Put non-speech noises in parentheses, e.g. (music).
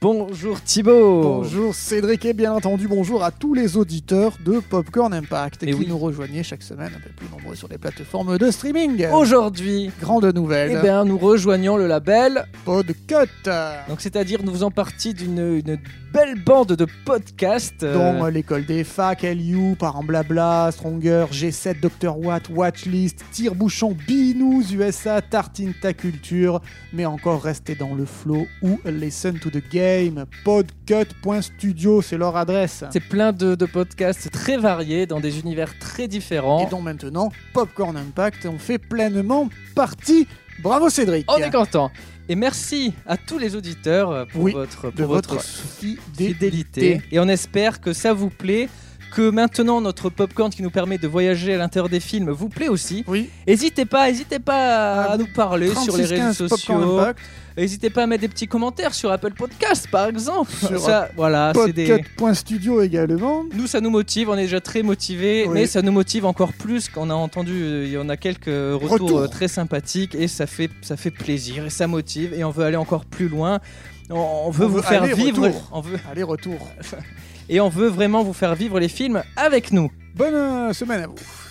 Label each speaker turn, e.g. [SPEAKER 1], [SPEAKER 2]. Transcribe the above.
[SPEAKER 1] Bonjour Thibaut
[SPEAKER 2] Bonjour Cédric et bien entendu bonjour à tous les auditeurs de Popcorn Impact
[SPEAKER 1] Et
[SPEAKER 2] qui
[SPEAKER 1] Eh oui.
[SPEAKER 2] nous rejoignaient chaque semaine un peu plus nombreux sur les plateformes de streaming.
[SPEAKER 1] Aujourd'hui,
[SPEAKER 2] Grande nouvelle,
[SPEAKER 1] Oh, eh ben, Euh. nous rejoignons le label,
[SPEAKER 2] Podcut,
[SPEAKER 1] donc c'est-à-dire nous faisons partie d'une une belle bande de podcasts. euh,
[SPEAKER 2] dont euh, l'école des facs, LU, Parents Blabla, Stronger, G7, Dr. Watt, Watchlist, Tire-Bouchon, Binous, USA, Tartine Ta Culture, mais encore restez dans le flow ou listen to the game, podcut.studio, c'est leur adresse.
[SPEAKER 1] c'est plein de, de podcasts très variés, dans des univers très différents.
[SPEAKER 2] et dont maintenant Popcorn Impact en fait pleinement partie. Bravo Cédric
[SPEAKER 1] On est content Et merci à tous les auditeurs euh, pour
[SPEAKER 2] Oui,
[SPEAKER 1] votre, pour
[SPEAKER 2] de votre
[SPEAKER 1] votre
[SPEAKER 2] fidélité.
[SPEAKER 1] fidélité. Et on espère que ça vous plaît, que maintenant notre popcorn qui nous permet de voyager à l'intérieur des films vous plaît aussi.
[SPEAKER 2] Oui,
[SPEAKER 1] N'hésitez pas, n'hésitez pas à,
[SPEAKER 2] Ah,
[SPEAKER 1] nous parler sur les
[SPEAKER 2] 36, 15
[SPEAKER 1] réseaux
[SPEAKER 2] Popcorn bah
[SPEAKER 1] sociaux.
[SPEAKER 2] Impact,
[SPEAKER 1] Bah, N'hésitez pas à mettre des petits commentaires sur Apple Podcast par exemple.
[SPEAKER 2] (laughs) Sur
[SPEAKER 1] ça, voilà, c'est des...
[SPEAKER 2] podcut.studio également.
[SPEAKER 1] Nous, ça nous motive, on est déjà très motivés,
[SPEAKER 2] Oui.
[SPEAKER 1] mais ça nous motive encore plus qu'on a entendu, euh, il y en a quelques euh, retours
[SPEAKER 2] Retour.
[SPEAKER 1] euh, très sympathiques et ça fait, ça fait plaisir et ça motive et on veut aller encore plus loin. On, on veut
[SPEAKER 2] On
[SPEAKER 1] vous
[SPEAKER 2] veut
[SPEAKER 1] faire
[SPEAKER 2] aller,
[SPEAKER 1] vivre,
[SPEAKER 2] retour.
[SPEAKER 1] on veut,
[SPEAKER 2] Allez, retour.
[SPEAKER 1] et on veut vraiment vous faire vivre les films avec nous.
[SPEAKER 2] Bonne euh, semaine à vous.